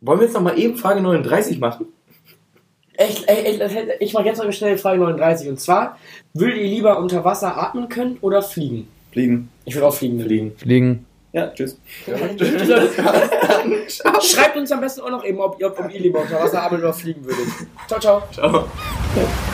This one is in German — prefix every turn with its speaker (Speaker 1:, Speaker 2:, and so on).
Speaker 1: Wollen wir jetzt nochmal eben Frage 39 machen?
Speaker 2: Echt, echt, echt, ich mache jetzt mal schnell Frage 39. Und zwar, würdet ihr lieber unter Wasser atmen können oder fliegen?
Speaker 1: Fliegen.
Speaker 2: Ich würde auch fliegen.
Speaker 1: Fliegen.
Speaker 3: Fliegen.
Speaker 1: Ja, tschüss.
Speaker 2: Schreibt uns am besten auch noch eben, ob, ihr- ob ihr lieber unter Wasser atmen oder fliegen würdet. Ciao, ciao.
Speaker 1: Ciao.